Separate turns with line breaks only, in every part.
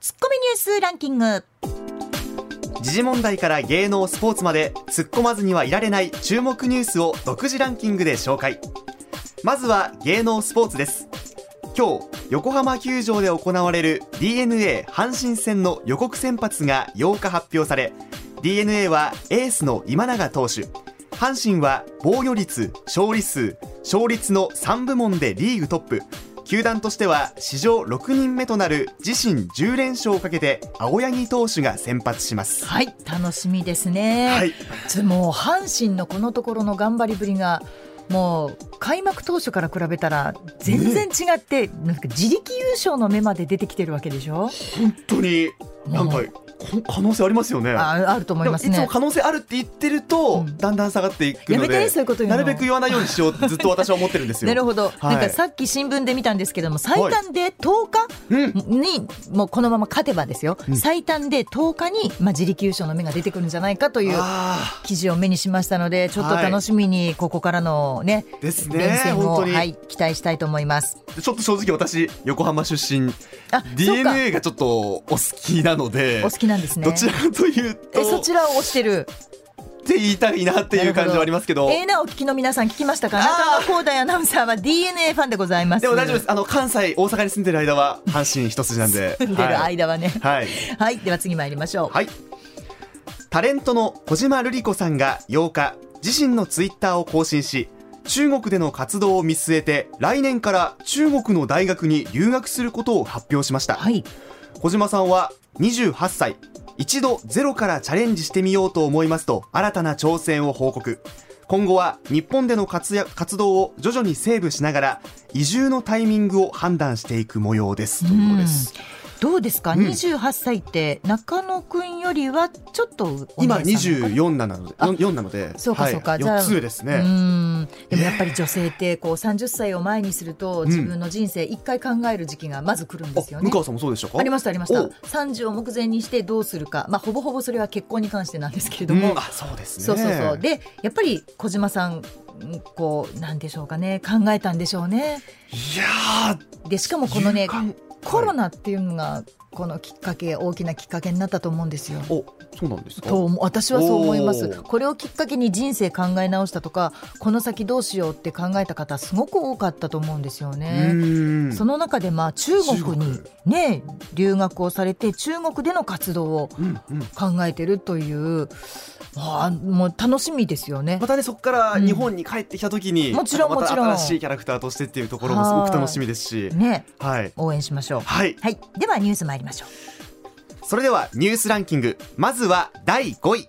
ツッコミニュースランキング
時事問題から芸能スポーツまで突っ込まずにはいられない注目ニュースを独自ランキングで紹介まずは芸能スポーツです今日横浜球場で行われる d n a 阪神戦の予告先発が8日発表され d n a はエースの今永投手阪神は防御率勝利数勝率の3部門でリーグトップ球団としては史上6人目となる自身10連勝をかけて青柳投手が先発します
はい楽しみですね、
はい
ちょもう阪神のこのところの頑張りぶりがもう開幕当初から比べたら全然違って、なんか自力優勝の目まで出てきてるわけでしょ
本当になんか
も
こ可能性ありますよね
ああると思い
でも
ま
い
す
つも
ね
可能性あるって言ってると、
うん
だんだん下がっていく
や
の
めて
で
そういうこと言う
な
の
るべく言わないようにしようってずっと私は思ってるんですよ
なるほど、
は
な
い
んかさっき新聞で見たんですけども最短で10日、
うん
にもうこのまま勝てばですよ、
ん
最短で10日に、まあ、自力優勝の目が出てくるんじゃないかという
あ
記事を目にしましたのでちょっと
はい
楽しみにここからのね、
ーです
連
ね
戦を、
本当に、
はい、期待したいと思います。
ちょっと正直私横浜出身
あ
d
そう
n
か
a がちょっとお好きなので
お好きなんですね
どちらかというと
えそちらを押してる
って言いたいなっていう感じはありますけど
えーなお聞きの皆さん聞きましたか
あ
中野
ー
光大アナウンサーは DNA ファンでございます
でも大 丈夫ですすあの関西大阪に住んでる間は阪神一筋なんで
住んでる
はい、
間はね
はい
はい、では次参りましょう、
はい。タレントの小島瑠璃子さんが8日、自身のツイッターを更新し、中国での活動を見据えて、来年から中国の大学に留学することを発表しました。
はい
小島さんは28歳一度ゼロからチャレンジしてみようと思いますと新たな挑戦を報告今後は日本での活躍活動を徐々にセーブしながら移住のタイミングを判断していく模様ですということです
どうですか、
うん
28歳って中野くんよりはちょっとお姉
今
さんの
24なので
あ
4なので
そうかそうか、
はい、
じゃあ
4つ上です
う
ね
んでもやっぱり女性ってこう30歳を前にすると
ん
自分の人生一回考える時期がまず来るんですよ
あ
ね
向。川さんもそうでしたか
ありましたありました
お
30を目前にしてどうするか、まあ、ほぼほぼそれは結婚に関してなんですけれど
う
も、
んあそうですね
そうそうそうでやっぱり小島さんうんこうなんでしょうかね考えたんでしょうね
いや
でしかも
ー
このね
勇敢
コロ
はい
ナっていうのがこのきっかけ大きなきっかけになったと思うんですよ。
おそうなんですか
と思う私はそう思います
おー
これをきっかけに人生考え直したとかこの先どうしようって考えた方すごく多かったと思うんですよ
う
ね。
ーん
その中でまあ中国に
中
ね留学をされて中国での活動を
うんうん
考えてるという、まあ、もう楽しみですよね
ま。たねそこから日本に帰ってきた時に、
もちろん
なんかまた
もちろん
新しいキャラクターとしてっていうところもすごく楽しみですし
ね
はい
応援しましょう。
はい
はい、ではニュース参りましょう。
それではニュースランキングまずは第5位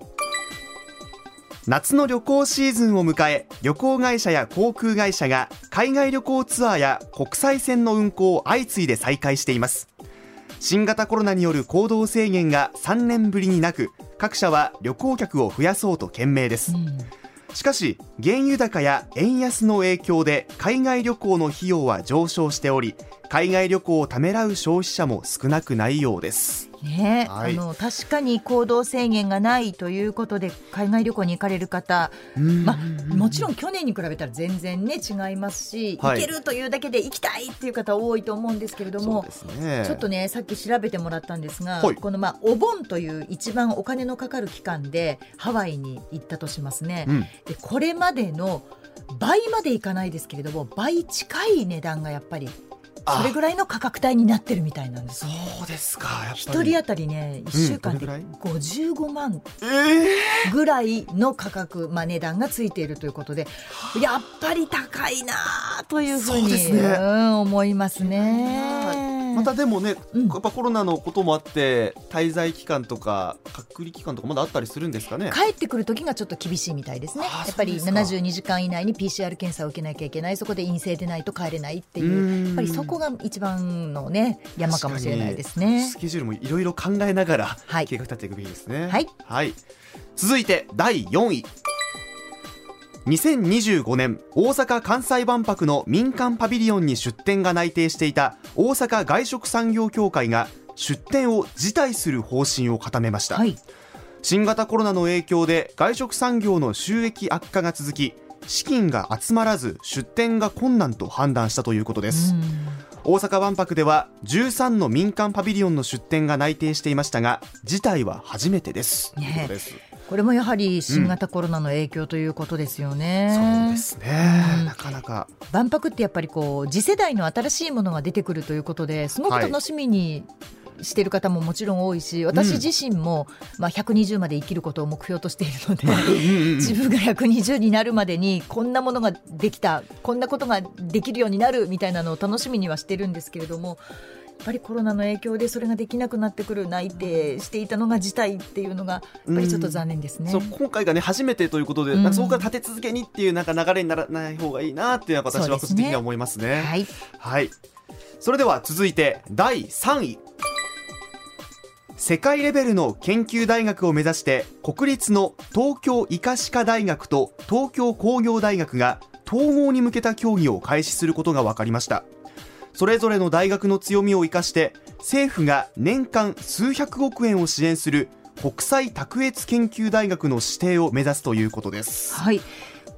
夏の旅行シーズンを迎え旅行会社や航空会社が海外旅行ツアーや国際線の運航を相次いで再開しています新型コロナによる行動制限が3年ぶりになく各社は旅行客を増やそうと懸命です
うん
しかし原油高や円安の影響で海外旅行の費用は上昇しており海外旅行をためらう消費者も少なくないようです
ね
は
あ
い
の確かに行動制限がないということで海外旅行に行かれる方、まあ、もちろん去年に比べたら全然ね違いますし、
はい
行けるというだけで行きたいっていう方多いと思うんですけれど
そう
も
で。すね
ちょっとねさっき調べてもらったんですが、
はい
このまあお盆という一番お金のかかる期間でハワイに行ったとしますね、
うん
でこれまでの倍までいかないですけれども倍近い値段がやっぱり
あ
それぐらいの価格帯になってるみたいなんですね
そうですかやっぱり
一人当たりね1週間で
どれ
55万
ええ
ぐらいの価格、まあ、値段がついているということでやっぱり高いなあというふう
そう
に
ですね
うん思います
は
ね。
いまたでもね、
うん
やっぱコロナのこともあって滞在期間とか隔離期間とかまだあったりするんですかね
帰ってくる時がちょっと厳しいみたいですね
ああ
やっぱり
そうですか
72時間以内に PCR 検査を受けなきゃいけないそこで陰性でないと帰れないっていう
うん
やっぱりそこが一番のね山かもしれないですね
ス。ケジュールもいろいろ考えながら
はい
計画立てていくべきですね。
はい
続いて第4位。2025年大阪・関西万博の民間パビリオンに出展が内定していた大阪外食産業協会が出展を辞退する方針を固めました、
はい、
新型コロナの影響で外食産業の収益悪化が続き資金が集まらず出展が困難と判断したということです、
うん
大阪万博では13の民間パビリオンの出展が内定していましたが事態は初めてです。
ねえ
ということです
これもやはり新型コロナの影響ということですよね。
そうですね、
うん
なかなか
万博ってやっぱりこう次世代の新しいものが出てくるということですごく楽しみにしてる方ももちろん多いし私自身も、まあ、120まで生きることを目標としているので。 自分が120になるまでにこんなものができたこんなことができるようになるみたいなのを楽しみにはしてるんですけれどもやっぱりコロナの影響でそれができなくなってくる内定していたのが事態っていうのがやっぱりちょっと残念ですね。
そう今回がね初めてということで、
うん
なんかそこから立て続けにっていうなんか流れにならない方がいいなっていうのは私は個
そうです
人
ね
的には思いますね。
はい、
はい、それでは続いて第3位世界レベルの研究大学を目指して国立の東京医科歯科大学と東京工業大学が統合に向けた協議を開始することが分かりましたそれぞれの大学の強みを生かして政府が年間数百億円を支援する国際卓越研究大学の指定を目指すということです
はい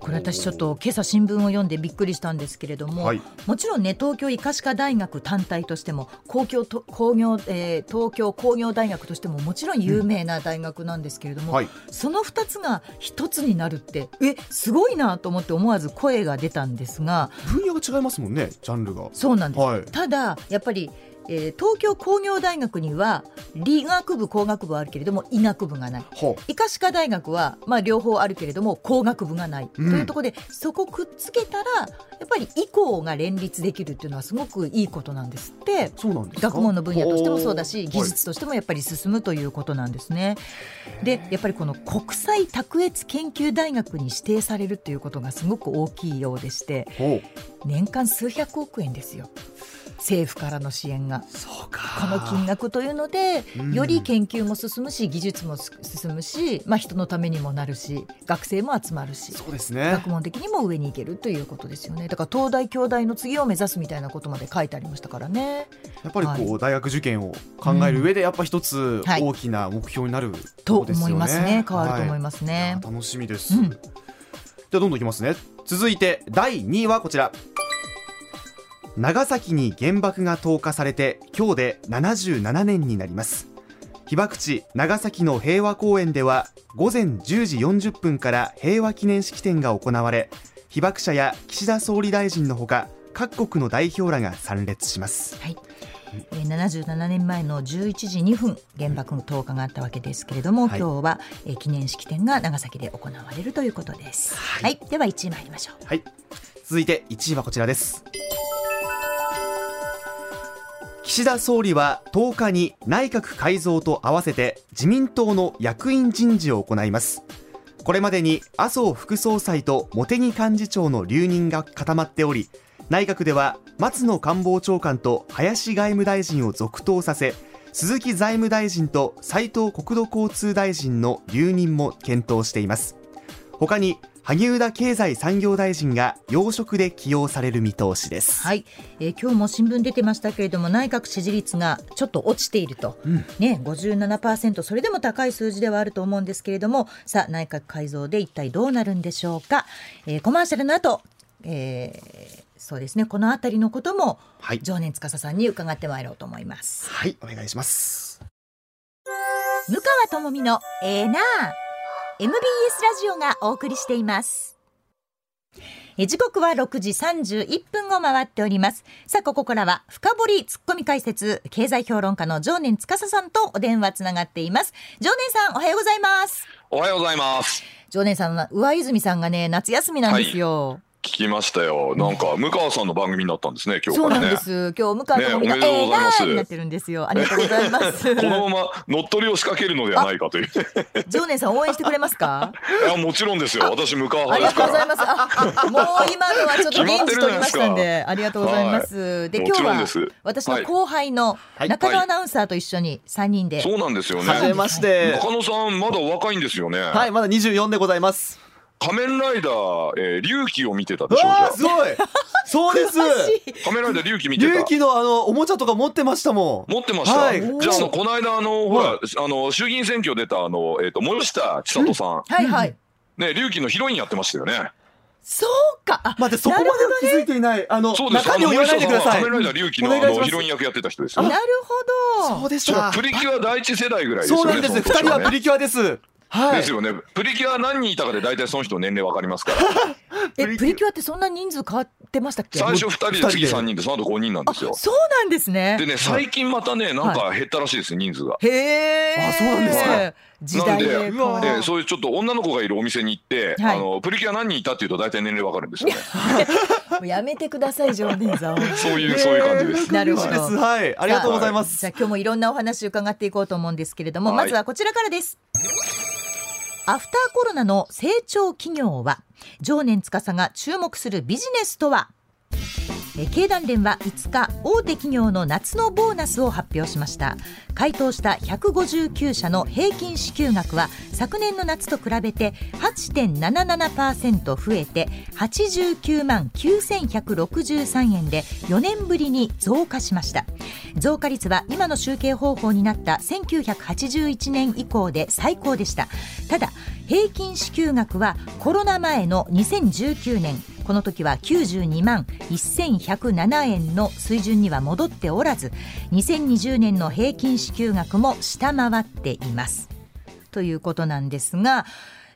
これ私ちょっと今朝新聞を読んでびっくりしたんですけれども、
はい
もちろんね東京医科歯科大学単体としても公共と工業、えー東京工業大学としてももちろん有名な大学なんですけれども、
はい
その2つが1つになるってえすごいなと思って思わず声が出たんですが
分野が違いますもんねジャンルが
そうなんです、
はい
ただやっぱり、えー東京工業大学には理学部工学部はあるけれども医学部がない。
ほ
医科歯科大学は、まあ、両方あるけれども工学部がない、
うん
というところでそこくっつけたらやっぱり医工が連立できるっていうのはすごくいいことなんですって
うそうなんですか
学問の分野としてもそうだし
ほう
技術としてもやっぱり進むということなんですね。でやっぱりこの国際卓越研究大学に指定されるということがすごく大きいようでして
ほう
年間数百億円ですよ政府からの支援が。
そう
この
か
金額というので
うん
より研究も進むし技術もす進むし、まあ、人のためにもなるし学生も集まるし
そうですね
学問的にも上に行けるということですよねだから東大京大の次を目指すみたいなことまで書いてありましたからね
やっぱりこう、大学受験を考える上でやっぱ一つ
はい
大きな目標になる
と
こですよ
思いますね変わると思い
は
ます
い
ね
や、楽しみです、
うん
じゃあどんどんいきますね続いて第2位はこちら長崎に原爆が投下されて今日で77年になります被爆地長崎の平和公園では午前10時40分から平和記念式典が行われ被爆者や岸田総理大臣のほか各国の代表らが参列します
はいえー77年前の11時2分原爆の投下があったわけですけれども、
はい
今日は、えー記念式典が長崎で行われるということです、
は
はい、では1位参りましょう
はい続いて1位はこちらです岸田総理は10日に内閣改造と合わせて自民党の役員人事を行いますこれまでに麻生副総裁と茂木幹事長の留任が固まっており内閣では松野官房長官と林外務大臣を続投させ鈴木財務大臣と斉藤国土交通大臣の留任も検討しています他に萩生田経済産業大臣が要職で起用される見通しです。
はい、えー今日も新聞出てましたけれども内閣支持率がちょっと落ちていると、
うん
ね、57%それでも高い数字ではあると思うんですけれどもさあ内閣改造で一体どうなるんでしょうか、えーコマーシャルの後、えーそうですねこのあたりのことも
はい、
常念司さんに伺ってまいろうと思います
はい、お願いします。
向川智美のええなあ MBS ラジオがお送りしていますえ時刻は6時31分を回っておりますさあここからは深掘りツッコミ解説経済評論家の常年司さんとお電話つながっています常年さんおはようございます
おはようございます。
常年さんは上泉さんがね夏休みなんですよ、
聞きましたよ。なんか、向川さんの番組になったんですね、今日
そう
か
な
ら
んで
ね。
す今日向川智美のええ
ねえおめでとうござい
な
ま
あ
す
になってるんですよありがとうございます
このまま乗っ取りを仕掛けるのではないかという。
常年さん応援してくれますか
いや、もちろんですよ。私、向川
あ
派
り
で
がとう
すか
ござい
ら。
ます。あ、もう今のはちょっと現地取りましたん
決まってるじゃないで
で、ありがとうございます。で、
も
今
ち
日
ろん
は
です
私の後輩の中野
はい
アナウンサーと一緒に三人で。
そうなんですよ
はじめ
ね。
まして。
中野さん、まだお若いんですよね。
はい、まだ24でございます。
仮面ライダー、えー、龍騎を見てた
う
でしょうじ
わ
ゃ
あ、すごい。そうです。
詳し
あ。仮面ライダー龍騎見て
龍
た。
騎のあのおもちゃとか持ってましたもん。
持ってました。
はい
じゃあ、あの、この間、あの、ほ
は
ら、あの、衆議院選挙出た、あの、えっ、と、森下千里さん。
はいはい。
ね、龍騎のヒロインやってましたよね。
そうかあ
待って、そこまでは気づいていない。あの、
そうです。
中身を言わないでください。
あの森下んは仮面ライダー龍騎の
お
あ
願いし
の
ます
ヒロイン役やってた人です
な
よ
る。ほど
そうでし
それ
た。
プリキュア第一世代ぐらいです
そ
よ
う
ね。
なんです。二
その時
人はプ
ね
リキュアです。はい。
ですよね。プリキュア何人いたかで大体その人の年齢わかりますから。
えプリキュアってそんな人数変わってましたっけ
最初2人で
二
次
人で
3人でその後5人なん
あ
ですよ。
そうなんですね
でね最近またねなんか減ったらしいです人数が。
へえ
あそうなんですか
時代で
なん
で
こ
うわ
でそういうちょっと女の子がいるお店に行って、
はい
あのプリキュア何人いたっていうと大体年齢わかるんですよね。
もうやめてください常念さん
そういうそういう感じです。
なる
嬉し
ほ
い
ど
です。はい。ありがとうございます。
じゃあ今日もいろんなお話伺っていこうと思うんですけれども、
はい
まずはこちらからです。アフターコロナの成長企業は常年司が注目するビジネスとはえー経団連は5日大手企業の夏のボーナスを発表しました回答した159社の平均支給額は昨年の夏と比べて8.77%増えて89万9163円で4年ぶりに増加しました増加率は今の集計方法になった1981年以降で最高でしたただ平均支給額はコロナ前の2019年この時は92万1107円の水準には戻っておらず2020年の平均支給額も下回っていますということなんですが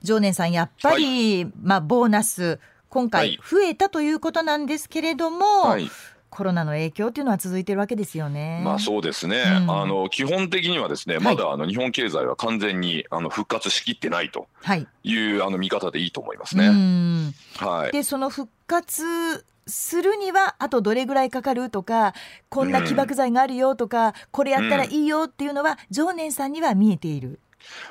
常念さんやっぱり、まあ、ボーナス今
は
回
い
増えたということなんですけれども、
はい。
コロナの影響っていうのは続いてるわけですよね。
まあそうですね、
うん
あの基本的にはですね、
はい
まだあの日本経済は完全にあの復活しきってないと
はい。
いうあの見方でいいと思います
う
ね。
ん
はい。
でその復活するにはあとどれぐらいかかるとかこんな起爆剤があるよとか、これやったらいいよっていうのは常念さんには見えている。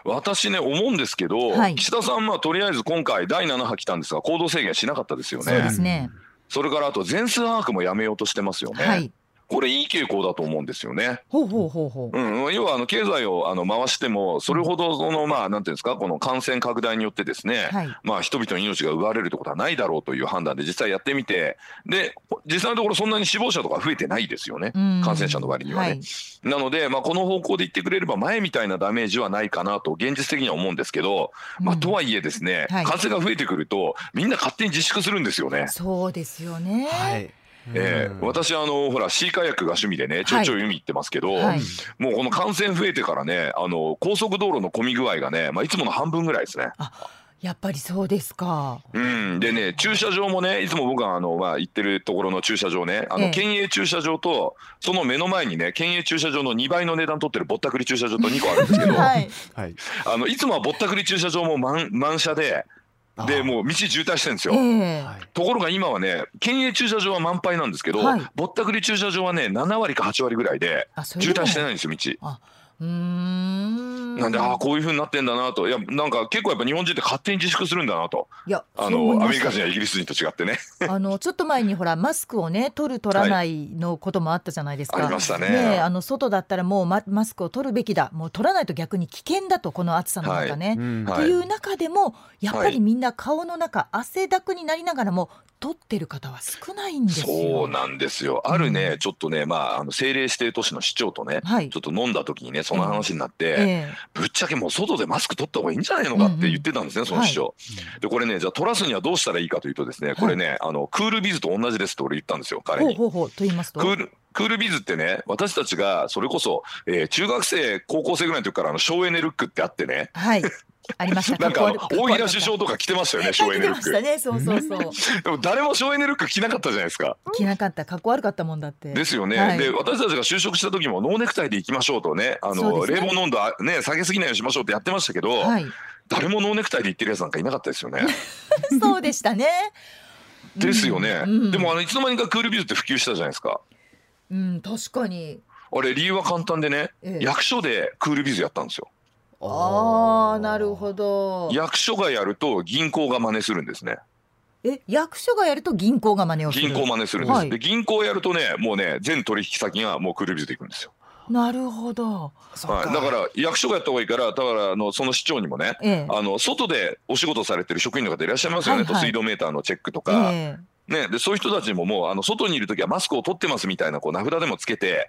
私ね思うんですけど、
はい
岸田さんまあとりあえず今回第7波来たんですが行動制限しなかったですよ
そうで
ね。
すね。
それからあと全数把握もやめようとしてますよね。
はい。
これいい傾向だと思うんですよね。
ほうほうほうほう。
うん、要はあの経済をあの回しても、それほどその、まあ、なんていうんですか、この感染拡大によってですね、
はい。
まあ、人々の命が奪われるってことはないだろうという判断で実際やってみて、で、実際のところそんなに死亡者とか増えてないですよね。
うん
感染者の割にはね
い
なので、まあ、この方向で言ってくれれば前みたいなダメージはないかなと現実的には思うんですけど、まあ、
うん
とはいえですね、
はい
感染が増えてくると、みんな勝手に自粛するんですよね。
そうですよね。
はい。
え
うん
ー、私あのほらシーカヤックが趣味でねちょいちょい海行ってますけど、
はい。
もうこの感染増えてからね、あの高速道路の混み具合がね、まあ、いつもの半分ぐらいですね。
やっぱりそうですか。
うん、でね、駐車場もね、いつも僕があの、まあ、行ってるところの駐車場ね、あ
ええ
の県営駐車場と、その目の前にね、県営駐車場の2倍の値段取ってるぼったくり駐車場と2個あるんですけど、
はい。
はい。
あのいつもはぼったくり駐車場も満満車で、でもう道渋滞してるんですよ。
ええ
はい。
ところが今はね、県営駐車場は満杯なんですけど、
はい
ぼったくり駐車場はね、7割か8割ぐらいで、
あそれ
渋
でも
滞してないんですよ、道。
うーん。
なんで、ああ、こういう風になってんだなと、いや、なんか結構やっぱ日本人って勝手に自粛するんだなと、
いや、そ
あ
う思い
の、ア
ま
メ
し
リ
た
カ人やイギリス人と違ってね、
あのちょっと前にほらマスクをね取る取らないのこともあったじゃないですか。
ありましたね。
ねえあの外だったらもうママスクを取るべきだもう取らないと逆に危険だとこの暑さの中ね。
うん
はい
っていう中でもやっぱりみんな顔の中汗だくになりながらも取ってる方は少ないんですよ。
そうなんですよ。あるね、
うん
ちょっとね、まあ、あの政令指定都市の市長とね、
はい
ちょっと飲んだ時にね、その話になって、
え
ぶっちゃけもう外でマスク取った方がいいんじゃないのかって言ってたんですね、その市長。で、これね、じゃあ取らすにはどうしたらいいかというとですね、これね、あの、クールビズと同じですって俺言ったんですよ、
え、
彼
ほう
に。
ほうほうと言いますと。
クールクールビズってね、私たちがそれこそ、えー中学生、高校生ぐらいの時からあの省エネルックってあってね、
はいありました。
なんかあの
かっこ悪い
大平首相とか着てま したよね、
かっ
省
こ
エ
悪い出
ネル
ま
ッ
した
ク。
ねそうそうそう。
でも誰も省エネルック着なかったじゃないですか。
着なかったかっこ悪かったもんだって。
ですよね、
はい
で私たちが就職した時もノーネクタイで行きましょうとねあ
そ
の
うです
冷
ね
房の温度あね下げすぎないようにしましょうってやってましたけど、
はい。
誰もノーネクタイで行ってるやつなんかいなかったですよね。
そうでしたね。
ですよね、
うん
でもあのいつの間にかクールビズって普及したじゃないですか。
うん、確かに。
あれ理由は簡単でね、
ええ
役所でクールビズやったんですよ。
ああ、なるほど。
役所がやると銀行が真似するんですね。
え、役所がやると銀行が真似をする。
銀行真似するんです。
はい
で銀行やるとねもうね全取引先がもうクールビズで行くんですよ。
なるほど。
はい、だから役所がやった方がいいからだからあのその市長にもね、
ええ。
あの外でお仕事されてる職員の方いらっしゃいますよね、
はいはい
水道メーターのチェックとか、
ええ
ね、でそういう人たちにももうあの外にいる時はマスクを取ってますみたいなこう名札でもつけて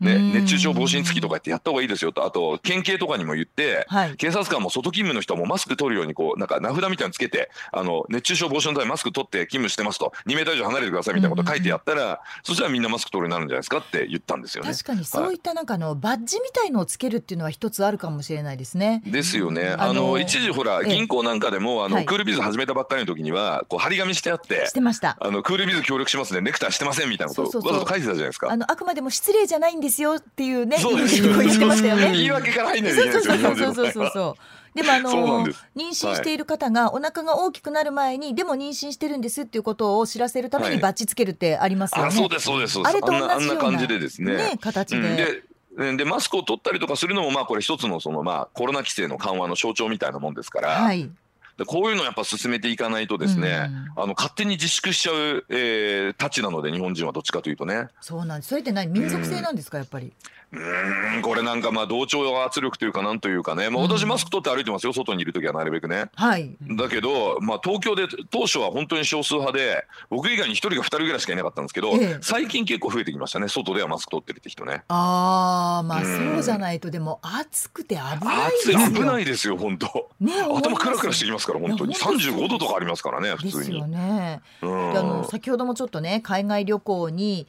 ね、
うん
熱中症防止につきとか言ってやった方がいいですよと、あと、県警とかにも言って、
はい。
警察官も外勤務の人はもうマスク取るように、こう、なんか名札みたいにつけて、あの、熱中症防止のためマスク取って勤務してますと、2メーター以上離れてくださいみたいなこと書いてやったら、そしたらみんなマスク取るようになるんじゃないですかって言ったんですよね。
確かにそういったなんかあのバッジみたいのをつけるっていうのは一つあるかもしれないですね。
ですよね。
あ
あ
の
の、一時ほら、
ええ
銀行なんかでも、あ
は
の、
い
クールビズ始めたばっかりの時には、こう、張り紙してあって
し、てました。
あの、クールビズ協力しますね、ネクタイしてませんみたいなこと、
そうそう
わ
そう
ざと書いてたじゃないですか
あ。のあくまでも失礼じゃないんですよっていうね、
そうですよ
意味を言ってましたよね。
言い訳から入んないといけない
そ
で
う
すよ
そう
ね、
そうそうそうそう
本当に
そう。でもあ
そうなん
の
です
妊娠している方がお腹が大きくなる前に、でも妊娠してるんですっていうことを知らせるために
はい
バッチつけるってありますよ
あ、
ね。
そうです、そうです、そうで
あ
す。
れと同じような
あんな感じでですね。
ね形
う
で。
んででマスクを取ったりとかするのもまあこれ一つのそのまあコロナ規制の緩和の象徴みたいなもんですから、
はい。
でこういうのをやっぱ進めていかないとですね、あの勝手に自粛しちゃう、えー、たちなので日本人はどっちかというとね
そうなんです。それって何民族性なんですかやっぱり。
うーんこれなんかまあ同調圧力というかなんというかね、まあ、私
うん
マスク取って歩いてますよ外にいる時はなるべくね。
はい。
だけど、まあ、東京で当初は本当に少数派で僕以外に1人か2人ぐらいしかいなかったんですけど、
ええ
最近結構増えてきましたね外ではマスク取ってるって人ね。
ああまあ
うん
そうじゃないとでも暑くて危ないです
暑い
よ。
危ないですよ本当
ね思い
頭
ます
クラクラしてきますから本当に
いや本当そう
35度とかありますからね普
で
通
す
に
よ。ね。
うん
であの先ほどもちょっとね海外旅行に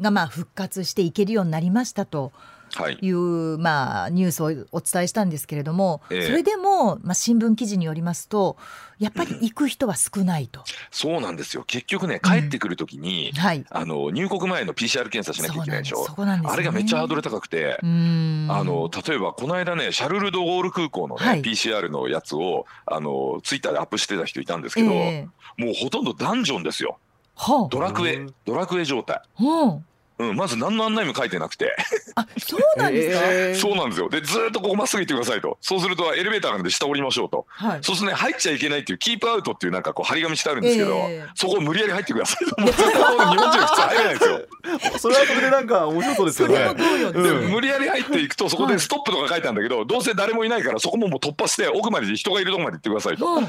がまあ復活していけるようになりましたと
はい
いう、まあ、ニュースをお伝えしたんですけれども、
ええ
それでも、まあ、新聞記事によりますとやっぱり行く人は少ないと。
そうなんですよ結局ね帰ってくるときに、
はい、
あの入国前の PCR 検査しなきゃいけないでしょ
そこなんです
あれがめっちゃハード
ル
ル高くて、あ
あ
の例えばこの間ねシャルル・ド・ゴール空港の、ね
はい
PCR のやつをあのツイッターでアップしてた人いたんですけど、もうほとんどダンジョンですよ
は
ドラク
う
エ
ん
ドラクエ状態、
あ、うん、
うん、まず何の案内も書いてなくて
あそうなんですか、
えー
そうなんですよ。で、ずーっとここまっすぐ行ってくださいと。そうすると、エレベーターなんで下降りましょうと。
はい
そうするとね、入っちゃいけないっていう、キープアウトっていうなんかこう、張り紙してあるんですけど、
ええ
そこを無理やり入ってくださいと。もう日本人は普通入れないです よ。
それはそれでなんか面白そうです
そ
よ
れも
ね
どうよって、
で、
うん
無理やり入っていくと、そこでストップとか書いてあるんだけど、どうせ誰もいないから、そこももう突破して、奥まで人がいるとこまで行ってくださいと。
うん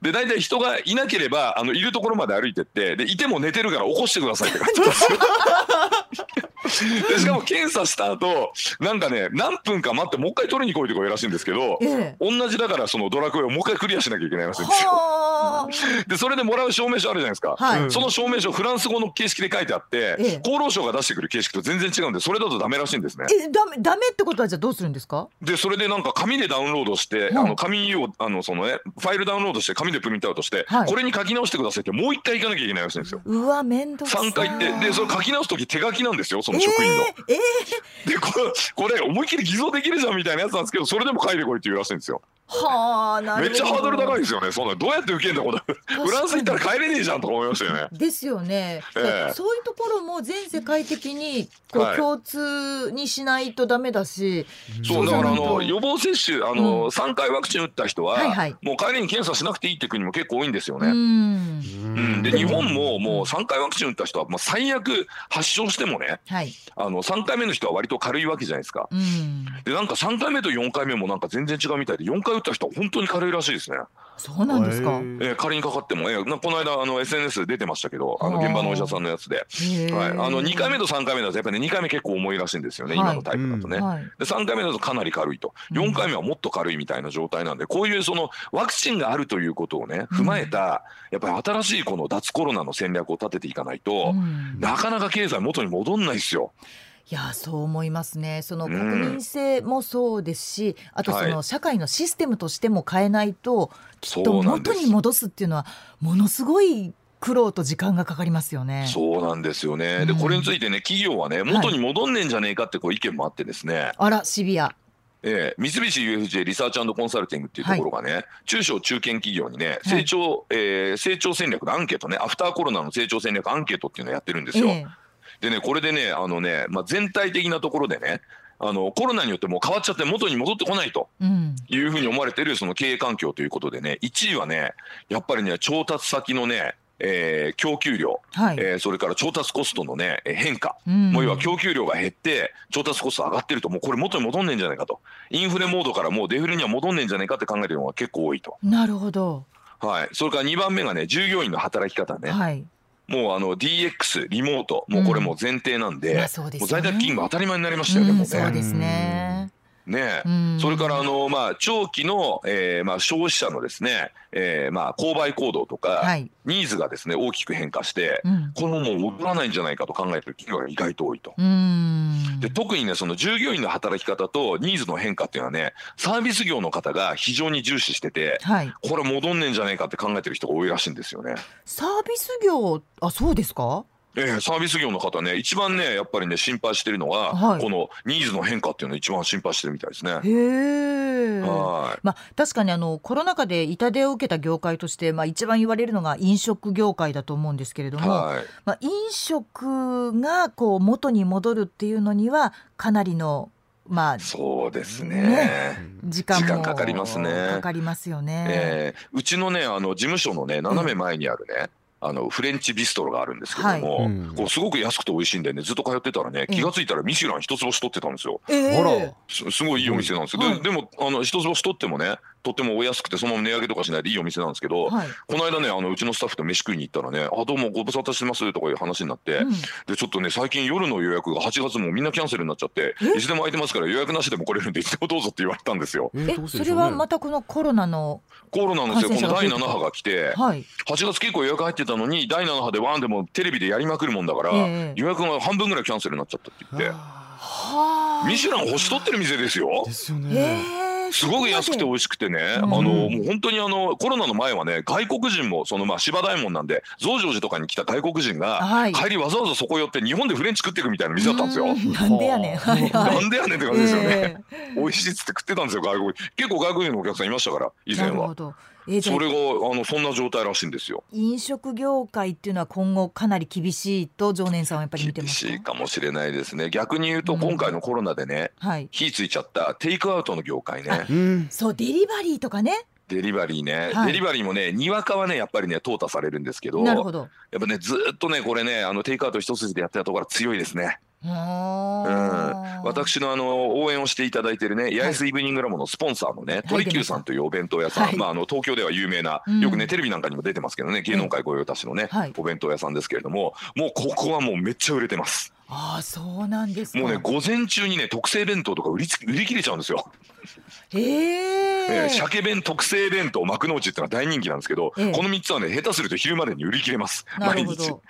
で、大体人がいなければ、あの、いるところまで歩いてって、で、いても寝てるから起こしてください って書いてあるんですよ。で、しかも検査した後、なんかね、何分か待って、もう一回取りに来いとか言うらしいんですけど、
ええ
同じだからそのドラクエをもう一回クリアしなきゃいけないらしいんですよ。
は
でそれでもらう証明書あるじゃないですか、
あ、はい、
うん
その証明書フランス語の形式で書いてあって、
ええ
厚労省が出してくる形式と全然違うんでそれだとダメらしいんですね
えダメダメってことはじゃあどうするんですか
でそれでなんか紙でダウンロードして、
うん
あの紙をあのその、ね、ファイルダウンロードして紙でプリントアウトして、
はい
これに書き直してくださいってもう一回行かなきゃいけないらしいんですよ。
うわ面倒くさい
3回行ってでそれ書き直す時手書きなんですよその職員の。
えーえー
でこれこれ思いっきり偽造できるじゃんみたいなやつなんですけどそれでも書いてこいって言うらしいんですよ。
はあなるほ
め
ど
っちゃハードル高いですよねそんなどうやって受けんだこれ
かに
フランス行ったら帰れねえじゃんとか思いましたよね。
ですよね、
ええ
そういうところも全世界的にこう、
はい
共通にしないとダメだしそ
そう
う
だからあ
そうそう
の予防接種あ
う
の3回ワクチン打った人は
はいはい
もう帰りに検査しなくていいって国も結構多いんですよ
う
ね。
ん
うん、で
うん
日本ももう3回ワクチン打った人は、まあ、最悪発症してもね
はい
あの3回目の人は割と軽いわけじゃないですか。
うん
でなんか3回目と4回目もなんか全然違うみたいで4回打った人は本当に軽いらしいですね。
そうなんですか、
え
えー、仮にかかっても、えーなこの間あの SNS で出てましたけどあの
あー
現場のお医者さんのやつで、
へえ
はい、あの2回目と3回目だとやっぱり、ね、2回目結構重いらしいんですよね、
はい
今のタイプだとね。
はい
で3回目だとかなり軽いと
うん
4回目はもっと軽いみたいな状態なんで、こういうそのワクチンがあるということをね踏まえた、やっぱり新しいこの脱コロナの戦略を立てていかないと、
うん
なかなか経済元に戻んないですよ。
いやそう思いますねその
う
国
ん
民性もそうですし、あとそ
は
の社会のシステムとしても変えないときっ
そ
と
うなんで
元
す
に戻すっていうのはものすごい苦労と時間がかかりますよね。
そうなんですよね。
う
で
ん
これについてね企業はね元に戻んねえんじゃねえかってこう意見もあってですね、
あらシビア。
えー、三菱 UFJ リサーチコンサルティングっていうところがね、中小中堅企業にね成長、えー成長戦略のアンケートねアフターコロナの成長戦略アンケートっていうのをやってるんですよ。
ええ
でね、これでね、あのね、まあ、全体的なところでね、あのコロナによってもう変わっちゃって元に戻ってこないと
うん、
いうふうに思われているその経営環境ということでね、1位はね、やっぱりね、調達先のね、えー供給量、
はい。
えーそれから調達コストのね、えー変化、
うん
もう要は供給量が減って、調達コスト上がってると、もうこれ元に戻んねえんじゃないかと、インフレモードからもうデフレには戻んねえんじゃないかって考えてるのが結構多いと。
なるほど。
はい。それから2番目がね、従業員の働き方ね。
はい。
もうあの DX リモートもうこれもう前提なんで,、
まあそうです
も
よね
う在宅勤務当たり前になりましたよね、
うん
もう
そう
ね。
ですね。
ね
うん
それからあの、まあ、長期の、えーまあ、消費者のですね、えーまあ、購買行動とか、
はい。
ニーズがですね大きく変化して、
うん。
これももう戻らないんじゃないかと考えてる企業が意外と多いと。
うん
で特にねその従業員の働き方とニーズの変化っていうのはねサービス業の方が非常に重視してて
はい。
これ戻んねえんじゃないかって考えてる人が多いらしいんですよね。
サービス業、あ、そうですか。
ええサービス業の方ね一番ねやっぱりね心配してるのは、
はい
このニーズの変化っていうのを一番心配してるみたいですね。
へえ。
はい
まあ、確かにあのコロナ禍で痛手を受けた業界として、まあ、一番言われるのが飲食業界だと思うんですけれども、
はい
まあ、飲食がこう元に戻るっていうのにはかなりの、まあ、
そうですね。
ね時間も
時間かかりますね
かかりますよね。
ええうちのねあの事務所のね斜め前にあるね、あのフレンチビストロがあるんですけども、
はいうん
こうすごく安くて美味しいんでねずっと通ってたらね
ええ
気がついたらミシュラン一つ星取ってたんですよ。
ええ
あら
すすごいいいお店なんですよ、
はい
ででもあの一つ星取ってもねとってもお安くてそのまま値上げとかしないでいいお店なんですけど、
はい
この間ねあのうちのスタッフと飯食いに行ったらね「あどうもご無沙汰してます」とかいう話になって、
うん
でちょっとね最近夜の予約が8月もみんなキャンセルになっちゃって
え
いつでも空いてますから予約なしでも来れるんでいつでもどうぞって言われたんですよ。
え
えそれはまたこのコロナの、
コロナのですよ
感
こ
染
の
者が増えて
第7波が来て
はい、
8月結構予約入ってたのに第7波でワンでもテレビでやりまくるもんだから、
ええ
予約が半分ぐらいキャンセルになっちゃったって言って
た
はあ
ミシュラン星取ってる店ですよ
ですよ
え
ね
え
すごく安くて美
そこまで
味しくてね、
うん
あのもう本当にあのコロナの前はね外国人もそのまあ芝大門なんで増上寺とかに来た外国人が、
はい
帰りわざわざそこ寄って日本でフレンチ食っていくみたいな店だったんですよ。
うなんでやねん。はいはい
なんでやねんって感じですよね、
ええ
美味しいっつって食ってたんですよ外国人結構外国人のお客さんいましたから以
な
前
るほ
は
ど。えーじゃあ
それがあのそんな状態らしいんですよ
飲食業界っていうのは今後かなり厳しいと常念さんはやっぱり見て
厳
ます
しい
か。
かもしれないですね逆に言う
う
と
ん
今回のコロナでね、
はい。
火ついちゃったテイクアウトの業界ね
うん
そうデリバリーとかね。
デリバリーね、
はい
デリバリーもねにわかはねやっぱりね淘汰されるんですけど
なるほど。
やっぱねずーっとねこれねあのテイクアウト一筋でやってたところは強いですね、
う
うん、
ん。
私のあの応援をしていただいてるね八重洲イブニングラボのスポンサーのね、トリキューさんというお弁当屋さん、
はい
まあ、あの東京では有名な
うん
よくね、テレビなんかにも出てますけどね芸能界御用達のね、
はい
お弁当屋さんですけれどももうここはもうめっちゃ売れてます
ああそうなんですか。
もうね午前中にね特製弁当とか売りつ売り切れちゃうんですよえ
え
ー
え。
鮭弁特製弁当幕の内ってのは大人気なんですけど、
ええ
この3つはね下手すると昼までに売り切れます
なる
毎
ほ
日
ど。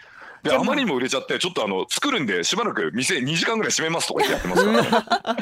で
じゃあ
あまりにも売れちゃってちょっとあの作るんでしばらく店2時間ぐらい閉めますとか言ってやってますから、ね、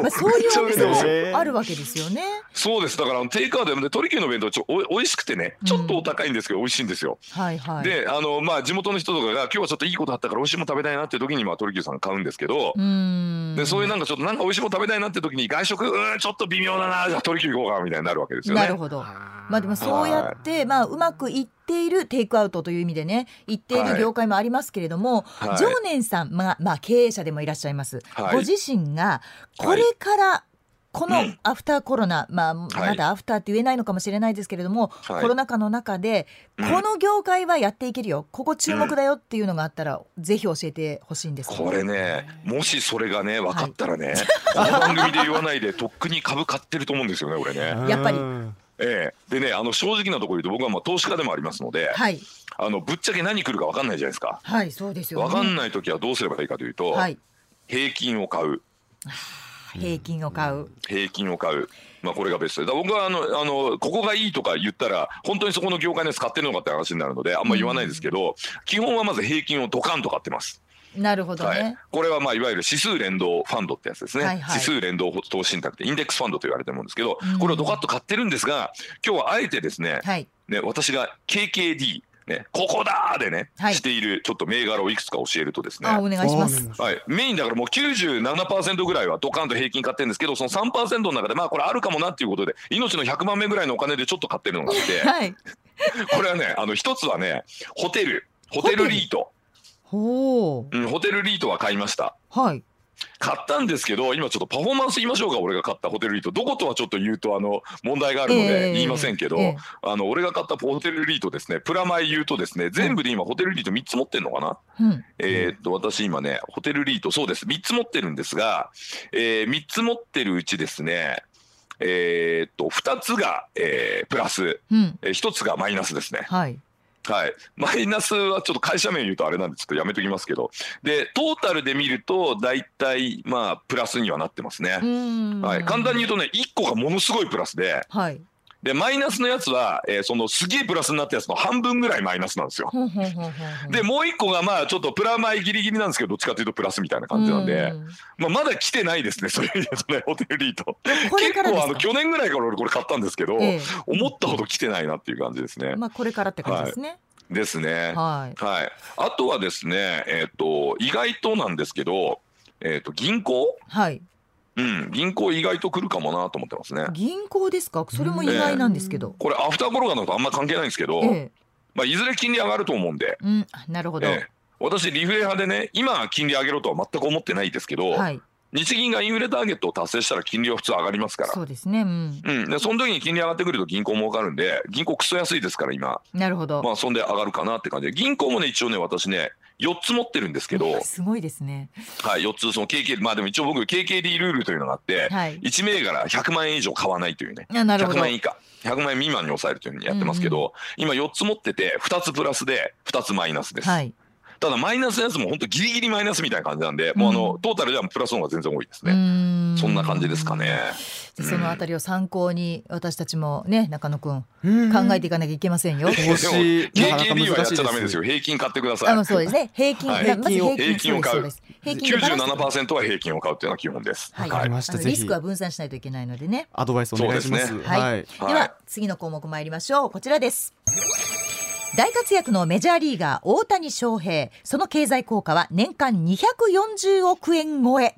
まあそういうお店
めっちゃ売れてます
も
よ
あるわけですよね。
そうですだからあのテイクアウトで鳥久の弁当ちょおおいしくてねちょっとお高いんですけど美味しいんですよ、
はいはい。
であのまあ地元の人とかが今日はちょっといいことあったから美味しいもの食べたいなっていう時にまあ鳥久さん買うんですけど、
うん。
でそういうなんかちょっとなんか美味しいもの食べたいなって時に外食うーんちょっと微妙だなじゃあ鳥久行こうかみたいになるわけですよ
な
ね
るほど。まあでもそうやって、まあうまくいっているテイクアウトという意味でね、いっている業界もありますけれども、
はい
常念さん、まあ、まあ経営者でもいらっしゃいます。
はい
ご自身が、これから、このアフターコロナ、まあ、まだアフターって言えないのかもしれないですけれども、
はい
コロナ禍の中で、
うん
この業界はやっていけるよ、ここ注目だよっていうのがあったら、ぜひ教えてほしいんですけど
これね、もしそれがね、分かったらね、この番組で言わないで、 とっくに株買ってると思うんですよね、俺ね。
やっぱり
ええ、でね、あの正直なところ言うと、僕はまあ投資家でもありますので、
はい、
あのぶっちゃけ何来るか分かんないじゃないですか。
はい、そうですよね。
分かんない時はどうすればいいかというと、
はい、
平均を買う。
平均を買う。
平均を買う、まあ、これがベストでだから僕はあのあのここがいいとか言ったら本当にそこの業界のやつ買ってるのかって話になるのであんま言わないですけど、基本はまず平均をドカンと買ってます。
なるほどね。
はい、これはまあいわゆる指数連動ファンドってやつですね、
はいはい
指数連動投資信託ってインデックスファンドと言われてるもんですけど、
うん
これをドカッと買ってるんですが今日はあえてですね,、
はい
ね私が KKD ね、ここだーでね、
はい
しているちょっと銘柄をいくつか教えるとですね、
あお願いします。
はい、メインだからもう97%ぐらいはドカンと平均買ってるんですけどその3%の中でまあこれあるかもなっていうことで命の100万目ぐらいのお金でちょっと買ってるのがあ っ
はい。
てこれはねあの一つはねホテルホテルリート
ほ
うん、ホテルリートは買いました
う。はい。
買ったんですけど今ちょっとパフォーマンス言いましょうか俺が買ったホテルリートどことはちょっと言うとあの問題があるの
ええ
で言いませんけど、
ええ
あの俺が買ったホテルリートですねプラマイ言うとですね全部で今ホテルリート3つ持ってるのかな、
うん。
えーっと私今ねホテルリートそうです3つ持ってるんですが、え3つ持ってるうちですねえーっと2つが、えープラス、
うん。
え1つがマイナスですね
はい。
はい、マイナスはちょっと会社名言うとあれなんで、ちょっとやめときますけど、でトータルで見ると、大体、まあ、プラスにはなってますね。は、
はい
簡単に言うとね、1個がものすごいプラスで、
はい。
でマイナスのやつは、えーそのすげえプラスになったやつの半分ぐらいマイナスなんですよ。
ほんほんほんほんほん
で、もう1個がまあちょっとプラマイギリギリなんですけど、どっちかというとプラスみたいな感じなんで
う、ん
まあ、まだ来てないですね、 そういう意味ではね、ホテルリー ト。
これ
結
からで
構あ
す
の
か。
去年ぐらいから俺、これ買ったんですけど、
え
思ったほど来てないなっていう感じですね
え。まあこれからって感じですね。
ですね。
はい。
はい、あとはですね、えっと意外となんですけど、えっと銀行、
はい。
うん、銀行意外と来るかもなと思ってますね。
銀行ですか。それも意外なんですけど。
これ、アフターコロナのとあんま関係ないんですけど、
ええ。
まあ、いずれ金利上がると思うんで、
うん。あなるほど。
ええ私、リフレ派でね、今、金利上げろとは全く思ってないですけど、
はい。
日銀がインフレターゲットを達成したら金利は普通上がりますから。
そうですね。うん。
うん、でその時に金利上がってくると銀行儲かるんで、銀行クソ安いですから、今、
なるほど。
まあ、そんで上がるかなって感じで、銀行もね、一応ね、私ね、4つ持ってるんですけど、
すごいですね。
はい、4つ、その KK、まあでも一応僕、KKD ルールというのがあって、
はい。
1銘柄100万円以上買わないというね、
あなるほ
100
ど。
万円以下、100万円未満に抑えるというふうにやってますけど、今4つ持ってて、2つプラスで、2つマイナスです。
はい。
ただ、マイナスのやつも本当、ギリギリマイナスみたいな感じなんで、もうあの
うん
トータルではプラスの方が全然多いです
う
ね。
ー
そんな感じですかね。。
でそのあたりを参考に私たちもね中野くん
うん
考えていかなきゃいけませんよ。
投資なかなか難し
KKD はやっ
い
ちゃダメ
で
です
す
よ。平均買ってくだ
あ
さ
の
い。
そうですね平均、
はい
なまず平
平均を
均そうですそうです平均のバランス
97%は平均を買うっていうのは基本です。
はい、
わかりました
あの
ぜひ
リスクは分散しないといけないのでね。
アドバイスお願いしま
そ
す
うです
ねはい
はい
はい
では次の項目参りましょうこちらです大活躍のメジャーリーガー大谷翔平その経済効果は年間240億円超え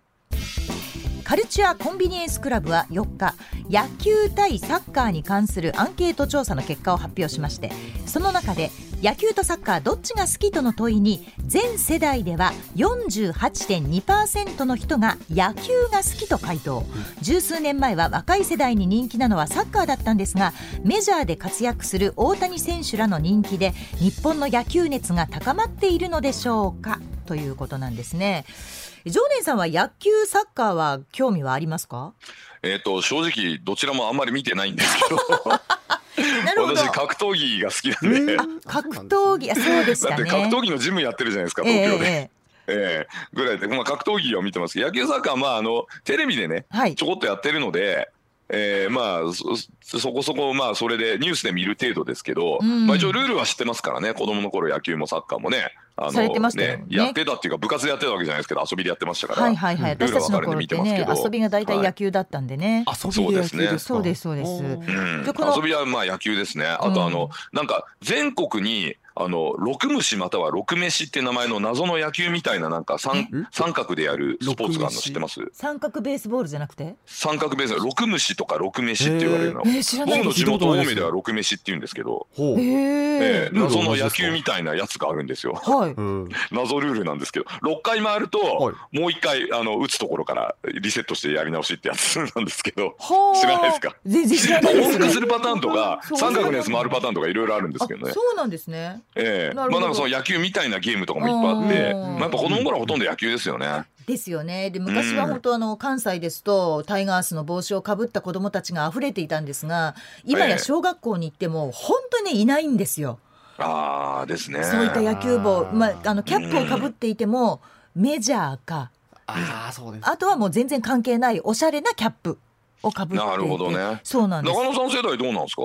カルチュア・コンビニエンス・クラブは4日野球対サッカーに関するアンケート調査の結果を発表しましてその中で野球とサッカーどっちが好きとの問いに全世代では48.2%の人が野球が好きと回答十数年前は若い世代に人気なのはサッカーだったんですがメジャーで活躍する大谷選手らの人気で日本の野球熱が高まっているのでしょうかということなんですね。常年さんは野球サッカーは興味はありますか？
えっ、と、正直、どちらもあんまり見てないんですけど、
な
私、格闘技が好きなんで、
うん
だ
格闘技あそうでし
ったて
ね。
格闘技のジムやってるじゃないですか、
ええ
東京
え
で。
え
ええぐらいで、まあ、格闘技を見てますけど、野球サッカーは、まあ、あの、テレビでね、
はい
ちょこっとやってるので、ええまあそ、そこそこ、まあ、それでニュースで見る程度ですけど、
うん
まあ、一応、ルールは知ってますからね、子供の頃野球もサッカーもね、あ
されてましたよね
やってたっていうか、部活でやってたわけじゃないですけど、遊びでやってましたから。
はいはいはい。
ル
私
ール
た
は
ちの
分かれて
頃っ
見て
て
ますけ
ね
ど
遊びが大体野球だったんでね。
遊びで野球ですか
そうですそうですそうで
うん
じゃあこの
遊びはまあ野球ですね、あとあの、なんか全国にあの六虫または六飯って名前の謎の野球みたいな、なんか三
えん
三角でやるスポーツがあるの知ってます
三角ベースボールじゃなくて？
三角ベースの六虫とか六飯って言われるの
え、ー、知らな
僕
いで
の
す。
地元、青梅では六飯って言うんですけど、
ほ
え
う
ー
ええ
ルール
謎の
同じで
野
すか
球みたいなやつがあるんですよ、
はい。
うん
謎ルールなんですけど、6回回ると、
はい
もう1回あの打つところからリセットしてやり直しってやつなんですけど。
はあ
知らないですか
全然知らないで
往
す。
復するパターンとか
そう
三角のやつ回るパターンとかいろいろあるんですけど
あ
ね
そうなんですね。
ええ
なるほど
まあなんかその野球みたいなゲームとかもいっぱいあって、
うん
まあ、やっぱ子供の頃はほとんど野球ですよね。
ですよね。で昔は
うん
本当あの関西ですとタイガースの帽子をかぶった子どもたちが溢れていたんですが、今
ええ
や小学校に行っても本当にいないんですよ。
ああですね。
そういった野球帽、
あー
まああのキャップをかぶっていてもメジャーか、
ああそうです
あとはもう全然関係ないおしゃれなキャップをかぶっていて。
なるほどね
そうなんです
中。野さん世代どうなんですか。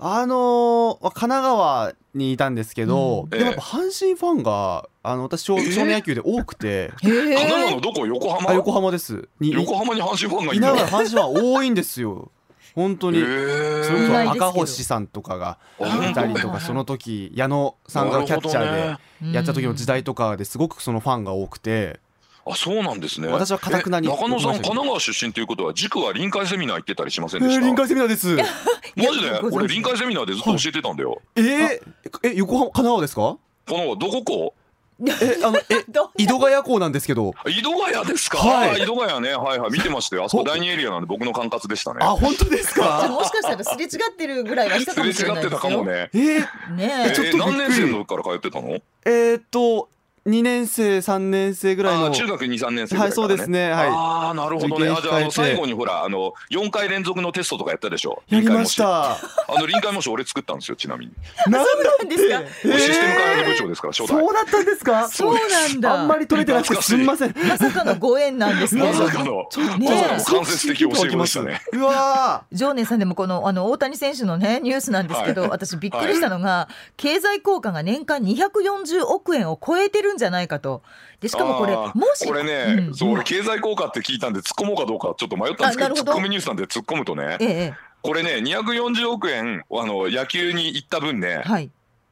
あのーまあ神奈川にいたんですけど、
うん
でもやっぱ阪神ファンがあの私少
ええ
少年野球で多くて、
へ
神奈川
え
の。どこ横浜。
あ横浜ですに
横浜に阪神ファンがい
い
る
な
の
が。ら阪神ファン多いんです よ本当に、
え
それこ
意
そ
外ですけど
赤星さんとかが
え
あ
いたりと
本当
かその時矢野さんがキャッチャーでやった時の時代とかですごくそのファンが多くて、
あそうなんですね。
私はかたくなに
え中野さん
僕もそうです
神奈川出身ということは塾は臨海セミナー行ってたりしません
え
でし
ー、
た。
臨海セミナーです
マジ
い
で
やご存知
俺臨海セミナーでずっと教えてたんだよ。
えー、え横浜神奈川ですか
このどこ校
えあのえ
どん
井戸ヶ谷校なんですけど
井戸ヶ谷ですか。
はい
あー井戸ヶ谷ねはいはい見てましたよ。あそこ第二エリアなんで僕の管轄でしたね。
あ本当です
じゃあ
か
もしかしたらすれ違ってるぐらいはした
す
かも
れ違っ
しれない
て
で
た
す
かも
よ。
ね。
えー、
ねえ
え
ちょっとびっくり
何年生の時から通ってたの？
えーっと2年生3年生ぐらい
あ
の
ー中学2、3年生ぐ
は
らい
い
か
そ
ら、ね。
うですねはい
ああ、なるほどね。あ
受
じ
験控えて
ゃあ、あの最後にほら、あの、4回連続のテストとかやったでしょ。
やりまし
臨海模
た
試。あの、臨海模試俺作ったんですよ、ちなみに。
なんだ
なんですか
えー
システム開発部長ですから、初代
そ。うだったんですか
そうなんだ
あんまり取れてなくてすみません
まさかのご縁なんですね
ま。さかの、
ね
まさ
え
かの間接的教え子でしたね。
うわ
常念さんでもこのあの大谷選手の、ね、ニュースなんですけど、
はい
私、びっくりしたのが、経済効果が年間240億円を超えてるんじゃないかと、でしかもこれ、
あ
も
ー
し、
これね、
うん
そう俺経済効果って聞いたんで突っ込もうかどうかちょっと迷ったんですけ
あなるほど
ど突っ込みニュースなんで突っ込むとね
ええ
これね240億円あの野球に行った分ね
はい、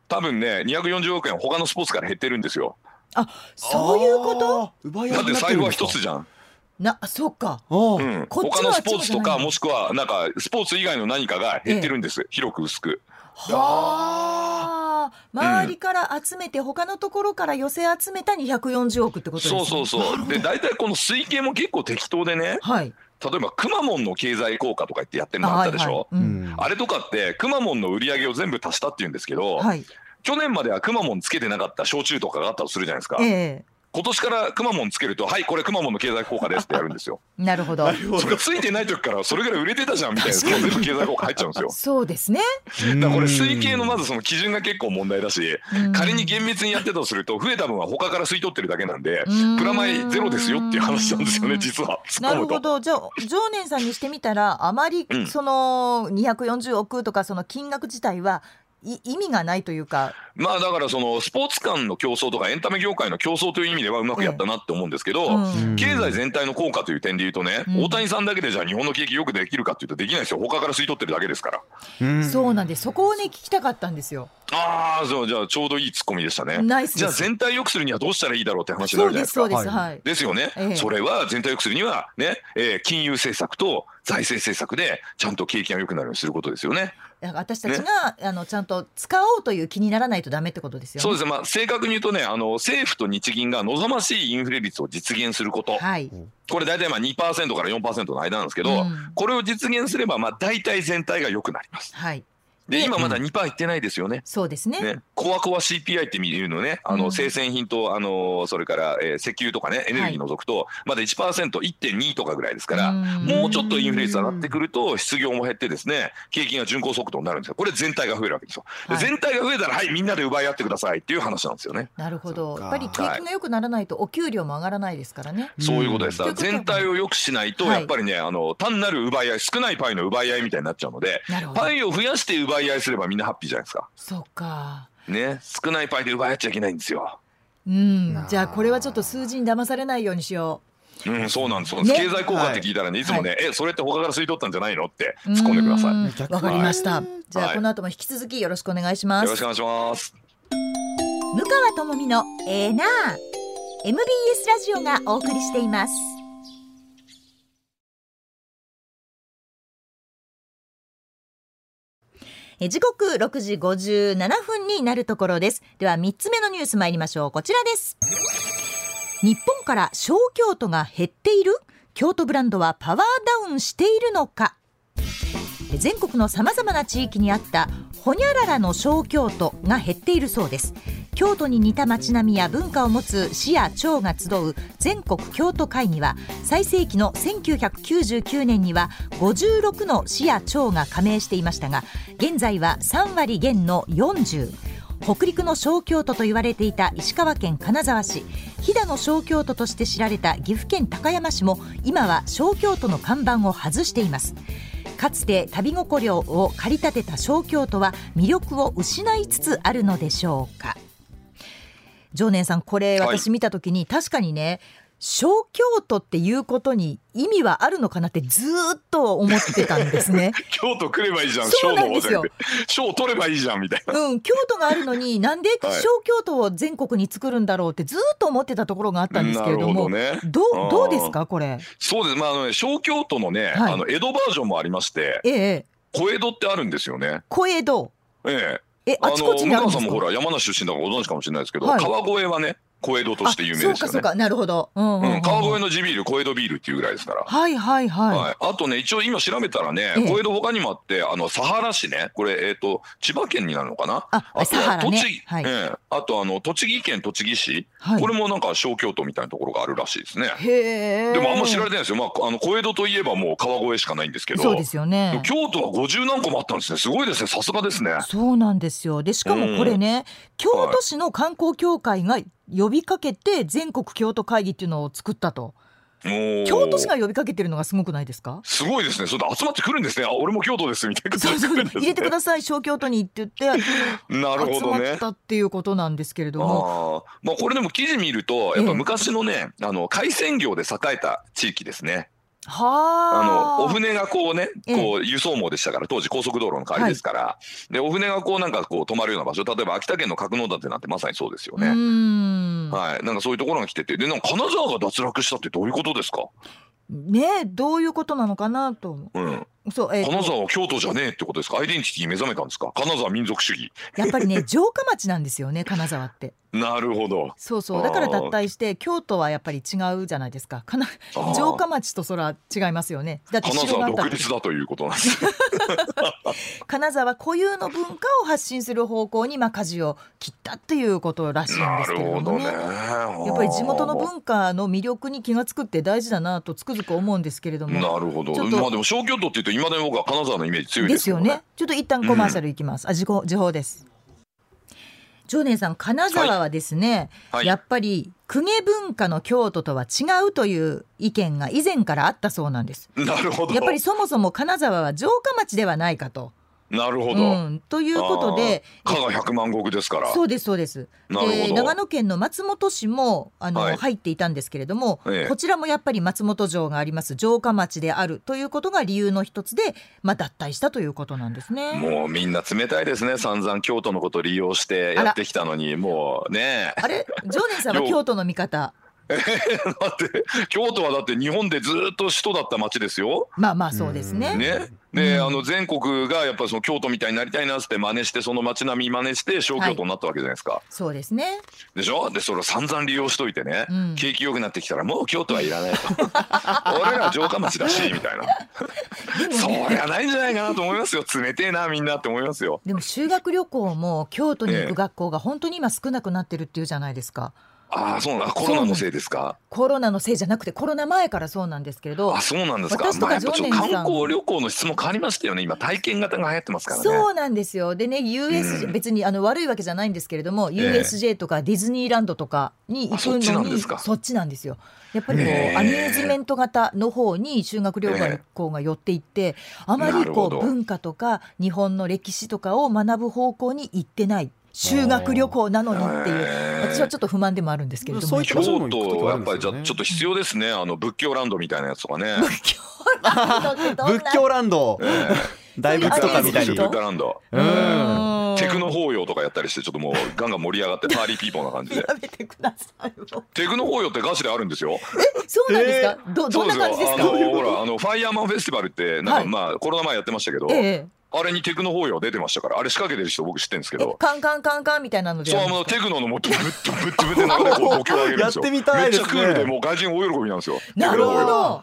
多分ね240億円他のスポーツから減ってるんですよ
ー
そういうこと
あー奪い合
だ
いに
って
な
財
るんで
布は
すか
一つじゃん、
なあそうか、
あー
うん、
こっち
他
の
の
は
スポーツと
あっちのじゃな
か
い
もしくはなんかスポーツ以外の何かが減ってるんです、広く薄く
はあ、周りから集めて、他のところから寄せ集めた240億ってことですね
そうそうそうで大体この推計も結構適当でね
はい、
例えばくまモンの経済効果とか言ってやってるのあったでしょ、
はいはいうん
うん
あれとかってくまモンの売り上げを全部足したっていうんですけど、
はい
去年まではくまモンつけてなかった焼酎とかがあったとするじゃないですか、
ええ
今年からくまモンつけると「はいこれくまモンの経済効果です」ってやるんですよ
なるほど。
それついてない時からそれぐらい売れてたじゃんみたいな
確かに
全部経済効果入っちゃうんですよ
そうですね。
だからこれ推計のまずその基準が結構問題だし
うん
仮に厳密にやってたとすると増えた分は他から吸い取ってるだけなんで
うん
プラマイゼロですよっていう話なんですよね実は突
な
っ込
る
む
ほ
と。
どじゃあ常念さんにしてみたらあまり
うん
その240億とかその金額自体はい意味がないというか
まあだからそのスポーツ間の競争とかエンタメ業界の競争という意味ではうまくやったなって思うんですけど、
うん
経済全体の効果という点で言うとね、
うん
大谷さんだけでじゃあ日本の景気よくできるかっていうとできないですよ他から吸い取ってるだけですから
うん
そうなんでそこをね聞きたかったんですよ。
ああそうじゃあちょうどいいツッコミでしたね
ナイスです
じゃあ全体良くするにはどうしたらいいだろうって話に
そ
なる
う
じ
で
ゃないですすか
そうです
はい
はい。
ですよね、
ええ
それは全体良くするにはね、えー金融政策と財政政策でちゃんと景気が良くなるようにすることですよね
だから私たちがあのちゃんと使おうという気にならないとダメってことですよね。
そうですねまあ正確に言うとねあの政府と日銀が望ましいインフレ率を実現すること、
はい。
これ大体まあ2%から4%の間なんですけど、
うん
これを実現すればまあ大体全体が良くなります
はい。
で
で
今まだ2%いってないですよね
そうですね。
ね、コアコア CPI っていうのね、あ
うん
の生鮮品と、あのそれから、えー石油とかね、エネルギー除くと、まだ 1%1.2 とかぐらいですから、
うん
もうちょっとインフレ率上がってくると、失業も減って、ですね景気が巡航速度になるんですよ、これ、全体が増えるわけですよ、で
はい
全体が増えたら、はい、みんなで奪い合ってくださいっていう話なんですよね。
なるほど。
そ
や
っか
っぱり景気が良くならないとお給料も上がらないですからね。
うん
そういうことです。だから
ということ
全
は
体を良くしないと、
はい
やっぱりね、あの、単なる奪い合い、少ないパイの奪い合いみたいになっちゃうので、
なるほど
パ。イを増やして奪い合いすればみんなハッピーじゃないですか。
そうか。
ね、少ないパイで奪い合っちゃいけないんですよ。
うん。じゃあこれはちょっと数字に騙されないようにしよう。
うん、そうなんです、
ね
経済効果って聞いたらね、い、つもね、え、それって他から吸い取ったんじゃないのって突っ込んでください。
う
よ
ーんわかりました。じゃあ、
はい
この後も引き続きよろしくお願いしま
ろしく
す。
お願い します。
向川智美のええなあ MBS ラジオがお送りしています。え時刻6時57分になるところです。では3つ目のニュース参りましょう。こちらです。日本から小京都が減っている京都ブランドはパワーダウンしているのか全国のさまざまな地域にあったほにゃららの小京都が減っているそうです京都に似た町並みや文化を持つ市や町が集う全国京都会議は最盛期の1999年には56の市や町が加盟していましたが現在は3割減の40北陸の小京都と言われていた石川県金沢市飛騨の小京都として知られた岐阜県高山市も今は小京都の看板を外していますかつて旅ごこりょうを駆り立てた小京都は魅力を失いつつあるのでしょうか常念さんこれ
はい
私見た時に確かにね小京都っていうことに意味はあるのかなってずーっと思ってたんです ね。
京都来ればいいじゃん、
そう
賞
な
の
んですよ
賞取ればいいじゃんみたいな。
うん、京都があるのになんで
はい
小京都を全国に作るんだろうってずーっと思ってたところがあったんですけれども
なるほどね
ど
あ
う
ー
どうですかこれ、
そうです。まあ、あのね、小京都のね、
はい
あの江戸バージョンもありまして、
ええ、
小江戸ってあるんですよね。
小江戸
ええ。
えあちこちにあるんで
向川さ
す
んもほ
から
山梨出身だからご存知かもしれないですけど、
はい
川越はね小江戸として有名
あ
で
そうか
すよ
そ
ね
う。かなるほど、うんうんうん
うん、川越の地ビール小江戸ビールっていうぐらいですから。
はいはいはい、
はい、あとね一応今調べたらね、
ええ
小江戸他にもあってあの佐原市ねこれ、えっと千葉県になるのかな
あ
あと
佐原ね
栃木、
はい
ええあとあの栃木県栃木市、
はい
これもなんか小京都みたいなところがあるらしいですね。
へえ
でもあんま知られてないんですよ、まあ、あの小江戸といえばもう川越しかないんですけど
そうですよね
京都は50何個もあったんですねすごいですねさすがですね。
そうなんですよでしかもこれね、京都市の観光協会が呼びかけて全国京都会議っていうのを作ったと
もう
京都市が呼びかけてるのがすごくないです か
すごいですね。それで集まってくるんですね。あ、俺も京都ですみたいな。
そうそう入れてください小京都にって言 って
なるほ
集
ど
ま
ね
っ。たっていうことなんですけれども
ああ、まあこれでも記事見ると、やっぱ昔のね、あの海鮮業で栄えた地域ですね。あ
はあ
のお船がこうね、
ええ
こう輸送網でしたから、当時高速道路の代わりですから、でお船がこうなんかこう止まるような場所、例えば秋田県の格納立てなんてまさにそうですよ
う
ね。
ん
はい、なんかそういうところが来てて、でなんか金沢が脱落したってどういうことですか？
ねえどういうことなのかなと思
うん、
うそう、えーと
金沢は京都じゃねえってことですか？アイデンティティに目覚めたんですか？金沢民族主義。
やっぱりね 城下町なんですよね金沢って
なるほど。
そうそ
あ
う
ー
だから脱退して京都はやっぱり違うじゃないですかかな
あー
城下町と空違いますよねだって
金
城が
沢
あった
独
り
立だということなんですね。
金沢固有の文化を発信する方向にまあ舵を切ったっていうことらしいんですけれどもねや
や
っぱり地元の文化の魅力に気が付くって大事だなとつくづく思うんですけれども
なるほど。
ちょっと
まあでも小京都って言うと今でも僕は金沢のイメージ強い
で
ですす
よ
よ
ね
ね。。
ちょっと一旦コマーシャルいきます。あ、時報、時報です。常念さん、金沢はですね、
はい
やっぱり公家文化の京都とは違うという意見が以前からあったそうなんです。
なるほど。
やっぱりそもそも金沢は城下町ではないかと。
なるほ
う
ど。
ん、ということで、
加賀百万石ですから。
そうですそうです。
なるほど
で長野県の松本市もあの、
はい
入っていたんですけれども、
ええ
こちらもやっぱり松本城があります城下町であるということが理由の一つで、まあ脱退したということなんですね。
もうみんな冷たいですね。散々京都のこと利用してやってきたのに、もうね。
あれ、常念さんは
よう
京都の味方。
だって京都はだって日本でずっと首都だった町ですよ。
まあまあ、そうですね。
ね。で、
うん
あの全国がやっぱりその京都みたいになりたいなっつって真似してその町並み真似して小京都になったわけじゃないですか。
そうですね。
でしょでそれを散々利用しといてね、
うん
景気良くなってきたらもう京都はいらないと 俺ら城下町だしみたいなそりゃないんじゃないかなと思いますよ冷てえなみんなって思いますよ
でも修学旅行も京都に行
え
く
え
学校が本当に今少なくなってるっていうじゃないですか。
ああそうなんだコロナのせいですか
コロナのせいじゃなくてコロナ前からそうなんですけれど
あ。そうなんですか
私とか
まあやっぱちょっと
常
観
連さん
光旅行の質も変わりましたよね今体験型が流行ってますからね
そうなんですよでね USJ、
うん
別にあの悪いわけじゃないんですけれども、USJ とかディズニーランドとかに行くの
あそっ
に
ちなんですか
そっちなんですよやっぱりこう、
へえ
アミューズメント型の方に修学旅行が寄っていって、あまり
なる
こ
ほ
う
ど
文化とか日本の歴史とかを学ぶ方向に行ってない修学旅行なのにっていう
へえ
私はちょっと不満でもあるんですけれど
こ
も
そう
う
い
いうう
ところも行く時
京都
はあ
や
る
っ
んです
ぱ
よね
りじゃあちょっと必要ですねあの仏教ランドみたいなやつとかね
仏教 ランドってどんな
仏教ランド、
ええ
大仏とかみたいに。
あ
仏
れ
教ランド
うん。
うん
テ クノ法要とかやったりしてちょっともうガンガン盛り上がってパーリーピーポーな感じ
や
で
めてくださいもう
テクノ法要ってガチであるんですよ
そうなんですか、どどんな感じですか
そうですよあのほらあのファイヤーマンフェスティバルってなんか、
はい
まあコロナ前やってましたけど、
え
あれにテクノ法要出てましたからあれ仕掛けてる人僕知ってるんですけ
え、え
ど。
カンカンカンカンみたいなので
そう
や
あ
るん
の
です
テクノのもうドブッドブッドブって流れこう度胸上げるんですよ
やってみたいですね
めっちゃクールでもう外人大喜びなんですよ
かなるほ
テクノ
ど。は
法要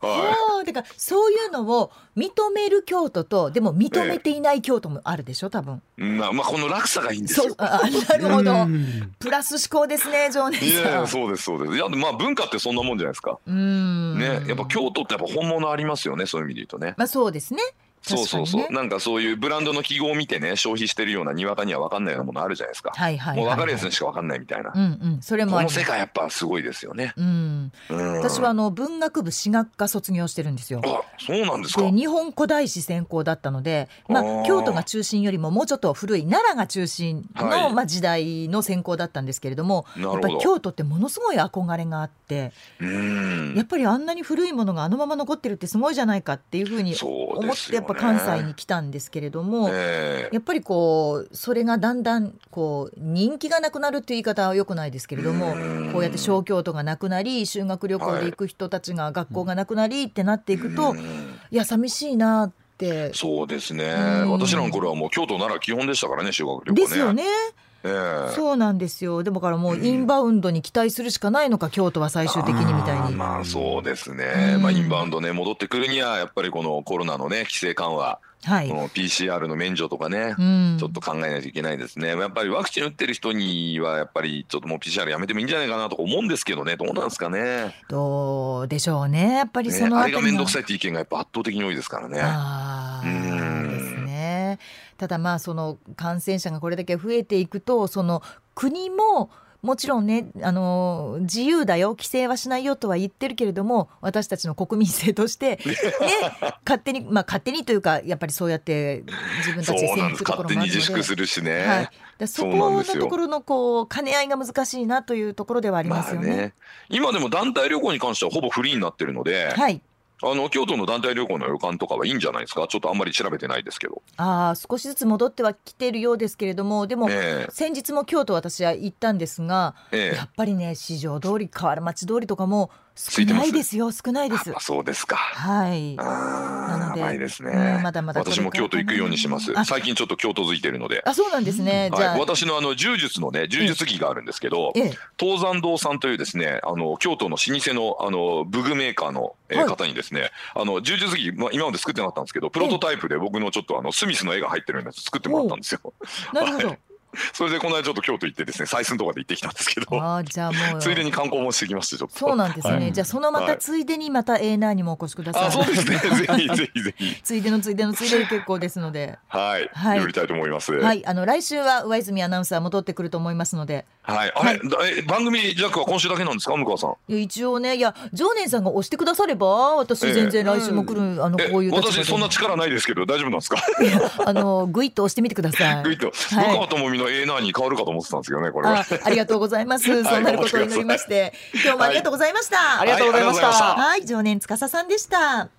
は
あ、だからそういうのを認める京都とでも認めていない京都もあるでしょ多分。
いなまあこの落差がいいんです
そう
よ
あなるほ
う
ど。
ん
プラス思考ですね常念
いやい
さん
や。そうですそうですいやまあ文化ってそんなもんじゃないですか
うーん。
ねやっぱ京都ってやっぱ本物ありますよねそういう意味で言うとね
まあそうですね。
そうそう
確かにね
そうなんかそういうブランドの記号を見てね消費してるようなにわかには分かんないようなものあるじゃないですか
はいはいはいはい。
もう分かるやつにしか分かんないみたいな
うんうんそれも
こ
あり
の
ます
世界やっぱすごいですよね。
うん。
うん、
私はあの文学部史学科卒業してるんですよ。
あそうなんですか。
で日本古代史専攻だったので、ま
あ
あ、
ー
京都が中心よりももうちょっと古い奈良が中心の、
はい
まあ、時代の専攻だったんですけれども
な
やっ
る
ぱり
ほど。
京都ってものすごい憧れがあって
う
やっ
ん。
ぱりあんなに古いものがあのまま残ってるってすごいじゃないかっていうふうに
そう
思
で
っ
す
てやっ
よね
ぱ関西に来たんですけれども。
ええ
やっぱりこうそれがだんだんこう人気がなくなるっていう言い方は良くないですけれども
うん
こうやって小京都がなくなり修学旅行で行く人たちが学校がなくなりってなっていくと、
うん
いや寂しいなって
そうですね。
うん
私らの頃はもう京都なら基本でしたからね修学旅行ね。
ですよね。
ええ
そうなんですよ。でもからもうインバウンドに期待するしかないのか、京都は最終的にみたい
あー
に。
まあそうですね、
うん
まあ、インバウンドね、戻ってくるには、やっぱりこのコロナのね、規制緩和、
はい
こ。の PCR の免除とかね、
うん。
ちょっと考えないといけないですね、やっぱりワクチン打ってる人には、やっぱりちょっともう PCR やめてもいいんじゃないかなとか思うんですけどね、どうなんですかね、
どうでしょうね。やっぱり
ね
その
あ
あ
れ
た
が
り
面
の
倒くさいって意見がやっぱ圧倒的に多いですからね。
ああ
うん
ですね。ただまあその感染者がこれだけ増えていくとその国ももちろんねあの自由だよ規制はしないよとは言ってるけれども私たちの国民性と して、ね、勝手にまあ勝手にというかやっぱりそうやって自分た
そ
ちで
う
制
なんで
服
す
とこ
勝
ろ
手
もある
に
ので
自。粛するしね、
はい、だからそこ
そうなん
の
ですよ
ところのこう兼ね合いが難しいなというところではありますよね。
今でも団体旅行に関してはほぼフリーになってるので、
はい、
あの京都の団体旅行の旅館とかはいいんじゃないですかちょっとあんまり調べてないですけど、
ああ少しずつ戻ってはきているようですけれどもでも、
え
先日も京都私は行ったんですが、
ええ
やっぱりね市場通り河原町通りとかも少ないですよ少ない
え
です
やっぱそうですか
はいな
あ
の
ー
で
甘いですね、
うんまだまだこれ
私も京都行くようにしま
か
す
らかな
最近ちょっと京都づいてるので
あそうなんですね、じゃ
は
あ
い、私のあの柔術のね柔術着があるんですけど、
ええ
東山堂さんというですねあの京都の老舗のあの武具メーカーの、えー
はい
方にですねあの柔術着、まあ、今まで作ってなかったんですけどプロトタイプで僕のちょっとあのスミスの絵が入ってるやつ作ってもらったんですよ。
なるほど、
それでこの間ちょっと京都行ってですね採寸とかで行ってきたんですけど
ああじゃあもう
ついでに観光もしてきましたちょっと
そうなんですね、
はい
じゃあそのま
は
た
い
ついでにまた A ナーにもお越しください、
あそうですねぜひぜひぜひ
ついでのついでのついでで結構ですので
はい、
はい
寄りたいと思います
は
はい、
いあの来週は上泉アナウンサー戻ってくると思いますので
あれ、だえ番組ジャックは今週だけなんですか向川さん
いや一応ねいや常念さんが押してくだされば私全然来週も来る、あの
え
こういう立場で
私そんな力ないですけど大丈夫なんですか
いや あのグイッと押してみてください。
グイッと向
はい
川智美の A9 に変わるかと思ってたんですけどねこれは
あ、ありがとうござい ます。
い
そうなることを祈りまして、今日もありがとうございました。
ありがとうございました
はい、常年司さんでした。